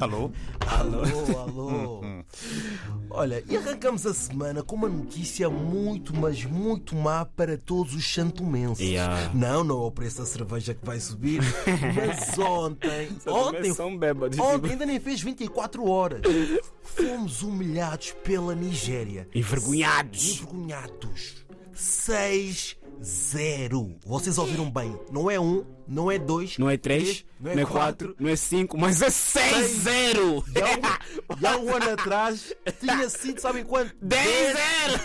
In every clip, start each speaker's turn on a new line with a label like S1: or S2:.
S1: Alô?
S2: Alô, alô. Olha, e arrancamos a semana com uma notícia muito, mas muito má para todos os santomenses.
S1: Yeah.
S2: Não, não ao preço da cerveja que vai subir, mas ontem,
S1: é
S2: ontem,
S1: um
S3: São bêbados.
S2: ontem ainda nem fez 24 horas. Fomos humilhados pela Nigéria.
S1: Envergonhados.
S2: Envergonhados. 6-0. Vocês ouviram bem. Não é um, não é dois,
S1: Não é 3, não é 4, não é 5, mas é 6, 0!
S2: E há um- E há um ano atrás tinha sido, sabem quanto?
S1: 10,
S2: é.
S1: 0!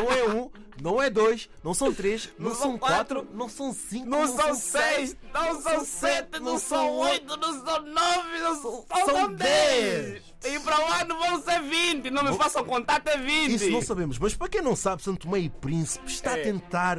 S2: Não é um, não é dois, não são três, não,
S1: Não
S2: são
S1: são
S2: quatro, não são cinco,
S1: Não são
S2: seis,
S1: 6, não são 7, não são 8, não são 9, não são-
S2: São
S1: são 10!
S2: dez.
S1: E para lá não vão ser 20, não me façam contar até 20!
S2: Isso não sabemos, mas para quem não sabe, Santo Tomé e Príncipe está a tentar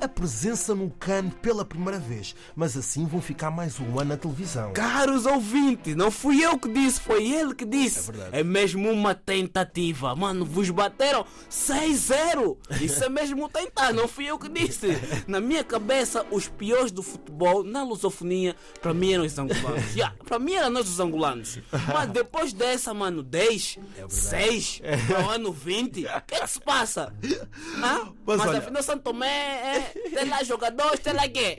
S2: a presença no CAN pela primeira vez, mas assim vão ficar mais um ano na televisão.
S1: Caros ouvintes, não fui eu que disse, foi ele que disse.
S2: É verdade.
S1: É, mesmo uma tentativa. Mano, vos bateram 6-0. Isso é mesmo tentar, não fui eu que disse. Na minha cabeça, os piores do futebol, na lusofonia, para mim eram os angolanos. yeah, para mim eram nós os angolanos. Mas depois dessa, mano, 10,
S2: É
S1: 6, para o ano 20, o que é que se passa? Hã?
S2: Mas
S1: Mas,
S2: olha-
S1: afinal, Santo Tomé é. Tem lá jogadores, tem lá quê?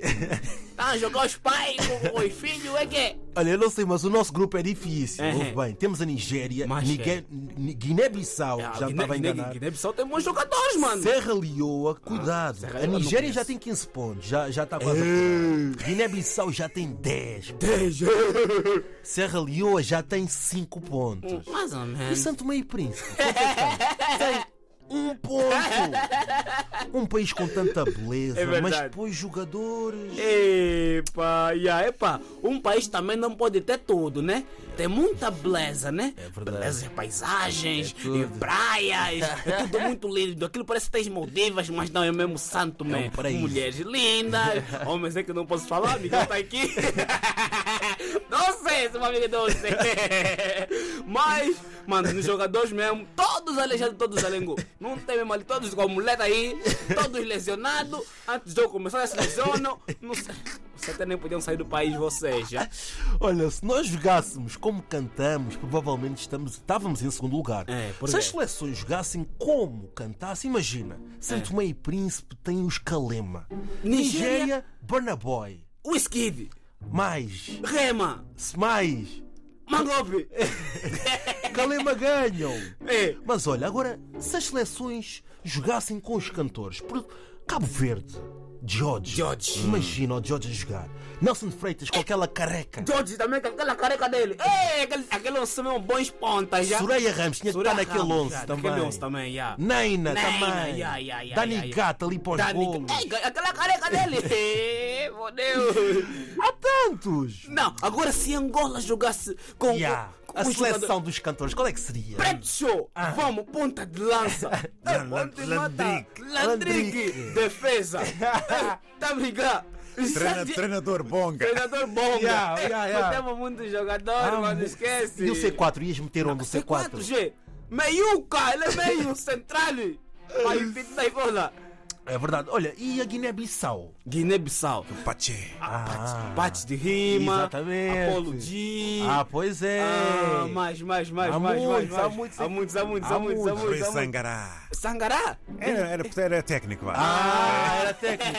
S1: Tá a jogar os pais com- com os filhos, é quê?
S2: Olha, eu não sei, mas o nosso grupo é difícil. é.
S1: É.
S2: Ouve bem, temos a Nigéria,
S1: Mas
S2: Nigue- Ni- Guiné-Bissau,
S1: Ah,
S2: já
S1: Guiné-
S2: me estava a
S1: Guiné-
S2: enganar.
S1: Guiné-Bissau tem bons jogadores, mano. Ah,
S2: Serra Leoa, cuidado.
S1: Serra
S2: a
S1: Leoa não
S2: Nigéria
S1: conheço.
S2: já tem 15 pontos, já, já está quase. a apurar. Guiné-Bissau já tem 10.
S1: Dez.
S2: Serra Leoa já tem 5 pontos.
S1: Mais ou
S2: E
S1: menos.
S2: Santo Meio Príncipe? quanto é que tem? tem um ponto. Um país com tanta beleza,
S3: É
S2: mas
S3: verdade.
S2: depois jogadores.
S1: Epa, yeah, epa, um país também não pode ter tudo, né? Tem muita beleza, né?
S2: É verdade.
S1: Belezas, paisagens,
S2: É tudo.
S1: e praias, é tudo muito lindo. Aquilo parece que tem Maldivas, mas não, é mesmo santo, man.
S2: um paraíso.
S1: Mulheres lindas, homens é que eu não posso falar, amiga tá aqui. Não sei, se uma amiga não sei. Mas, mano, nos jogadores mesmo, todos aleijados, todos alengo. Não tem mesmo ali, todos com a mulher tá aí, todos lesionados. Antes do jogo começar, já se lesionam. Não sei. Vocês até nem podiam sair do país, vocês já.
S2: Olha, se nós jogássemos como cantamos, provavelmente estamos, estávamos em segundo lugar.
S1: É, por
S2: se
S1: quê?
S2: as seleções jogassem como cantassem, imagina. Santo Meio Príncipe tem os Calema.
S1: É. Nigéria-
S2: Nigéria, Burnaboy.
S1: Whisky,
S2: Mais,
S1: Rema,
S2: se mais,
S1: Mangope.
S2: Calema ganham.
S1: É.
S2: Mas olha, agora, se as seleções jogassem com os cantores, por Cabo Verde, George.
S1: George.
S2: Imagina o George a jogar. Nelson Freitas com aquela careca.
S1: George também com aquela careca dele. Ei, aquele, aquele onça mesmo, bons pontas já.
S2: Soraya Ramos tinha que estar
S1: Soraya
S2: naquele
S1: Ramos,
S2: 11
S1: já,
S2: também.
S1: Naquele 11 também, já. Neina,
S2: Neina, também.
S1: ya, ya, ya,
S2: Dani
S1: ya, ya.
S2: Gata ali para os
S1: Dani-
S2: golos.
S1: Tá, Ei, aquela careca dele. Ei, Meu Deus.
S2: Há tantos.
S1: Não, agora se Angola jogasse com, um,
S2: Ya,
S1: com, com
S2: A
S1: os
S2: seleção Ah.
S1: jogadores-
S2: dos cantores, qual é que seria?
S1: Preto show! Vamos, ponta de lança! É,
S2: Lan-
S1: ponta de
S3: Landrick.
S1: mata. Landrick!
S2: Landrick.
S1: Defesa! É, tá brigando!
S3: Treina- treinador bonga.
S1: Treinador bom!
S2: Ya, ya, ya.
S1: Temos muitos jogadores,
S2: Ah,
S1: mano,
S2: mo-
S1: esquece!
S2: E o C4? Ias meter onde o C4?
S1: G! Meiuca! Ele é meio central! Vai, pita da bola!
S2: É verdade. Olha, e a Guiné-Bissau?
S1: Guiné-Bissau!
S3: Pache.
S2: Ah.
S1: Bate, bate de rima!
S2: Exatamente.
S1: Apolo G!
S2: Ah, pois é.
S1: Ah, mais, mais, mais,
S2: Há
S1: mais,
S2: muitos, há
S1: mais,
S2: muitos,
S1: mais. Há muitos, há muitos,
S2: há
S1: há muitos, há
S2: muitos.
S1: muitos, há muitos.
S3: Sangará. é-
S1: Sangará?
S3: Era, era, era técnico, vá.
S2: É, Ah, era técnico.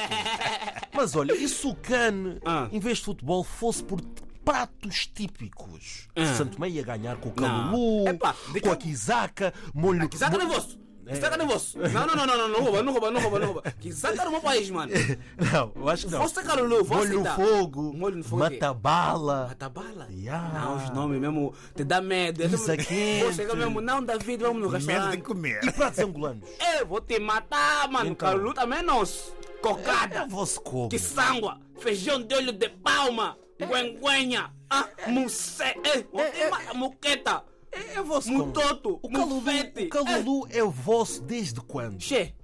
S2: Mas olha, e se o CAN,
S1: Ah.
S2: em vez de futebol, fosse por pratos típicos?
S1: Ah.
S2: Santo Tomé ia ganhar com o calulu,
S1: Epá, de
S2: com a
S1: que-
S2: quizaca, molho...
S1: Quizaca não é vosso! Quizaca não é vosso! Não, não, não, não, não, não rouba, não rouba, não rouba, não rouba. Quizaca era o meu país, mano.
S2: Não, eu acho que não.
S1: Vosso é Carulu, vosso
S2: Molho
S1: tá.
S2: fogo,
S1: Molho no fogo. é-
S2: mata-bala.
S1: Matabala?
S2: Ya.
S1: Não, Ah, os nomes mesmo te dá medo. Eu
S2: Isso
S1: mesmo-
S2: aqui. é
S1: Vou chegar mesmo, não, David, vamos no
S3: Medo de
S1: restaurante.
S3: comer.
S2: E pratos angolanos?
S1: Eu vou te matar, mano.
S2: Então.
S1: Carulu também é nosso.
S2: É
S1: Cocada,
S2: vosso como?
S1: que sangua, feijão de olho de palma,
S2: Eh.
S1: guenguenha, ah, musé, eh, vou te matar, muqueta,
S2: É é vosso como?
S1: mutoto,
S2: O calulu,
S1: mufete.
S2: o calulu é vosso desde quando?
S1: Che,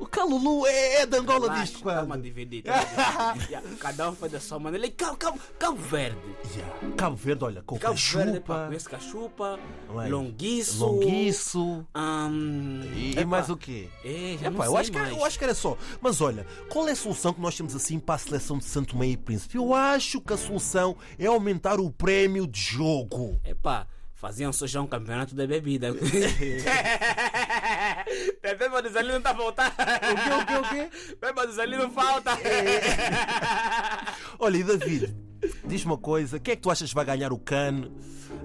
S2: O Calulu é, é da Angola
S1: Relaxa,
S2: disto quando?
S1: Estamos a dividir. estamos a dividir. Yeah, Cada um faz da sua maneira. E Cabo, Cabo, Cabo Verde.
S2: Yeah. Cabo Verde, olha, com
S1: Cabo Verde, pá,
S2: cachupa,
S1: conhece cachupa,
S2: Não é?
S1: longuiço.
S2: longuiço
S1: hum,
S2: e, e
S1: epá,
S2: mais o quê?
S1: É, já não
S2: Epá, eu,
S1: sei
S2: acho que,
S1: mais.
S2: eu acho que era só. Mas olha, qual é a solução que nós temos assim para a seleção de Santo Meio e Príncipe? Eu acho que a solução é aumentar o prémio de jogo.
S1: Epá, faziam só já um campeonato de bebida. Bebê dos ali não tá voltando.
S2: O quê, o quê?
S1: Bebê dos ali não falta.
S2: Olha, e David, diz-me uma coisa: quem é que tu achas que vai ganhar o CAN?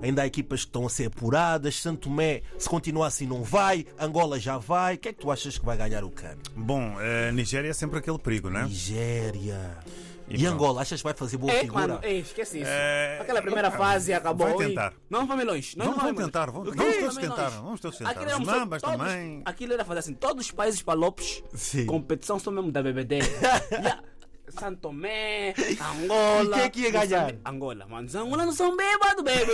S2: Ainda há equipas que estão a ser apuradas. Santo Tomé, se continuar assim, não vai. Angola já vai. Quem é que tu achas que vai ganhar o CAN?
S3: Bom, eh, Nigéria é sempre aquele perigo, né?
S2: Nigéria. E,
S3: pronto.
S2: Angola, achas que vai fazer boa
S1: Ei,
S2: figura?
S1: É, mano, ei, esquece isso.
S3: É,
S1: Aquela primeira
S3: não,
S1: fase acabou.
S3: vai
S1: ei.
S3: tentar.
S1: Não vamos longe. Nós
S3: Vamos-
S1: não
S3: vamos tentar, vamos-
S1: longe. O quê?
S3: vamos todos
S1: longe.
S3: tentar, vamos todos tentar.
S1: Aquilo era
S3: Os
S1: só-
S3: mambas
S1: todos-
S3: também.
S1: Aquilo era fazer assim, todos os países palopes,
S2: Sim.
S1: competição são mesmo da BBD. yeah. Santo Tomé,
S2: E
S1: Angola.
S2: quem é que ia ganhar?
S1: Moçambique- Angola, mano. Os angolanos são bêbados, bebê.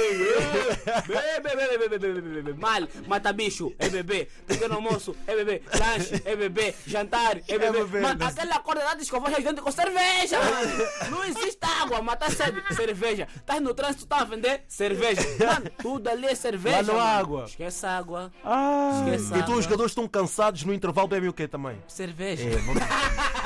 S1: Bebê, bebê, bebê, bebê, bebê, bebê. Mal, mata bicho, é bebê. Pequeno almoço, é bebê. Lanche, é bebê. Jantar, é bebê.
S2: bebê.
S1: Mano, aquela corda lá de escovar as dentes com cerveja. mano. Não existe água, mata sede, cerveja. Tá no trânsito, tá a vender cerveja. Mano, tudo ali é cerveja.
S2: Lá não há
S1: mano.
S2: água.
S1: Esquece a água.
S2: Ah,
S1: Esquece a
S2: então
S1: água.
S2: os jogadores estão cansados no intervalo, bebem o quê também?
S1: Cerveja.
S2: É, não-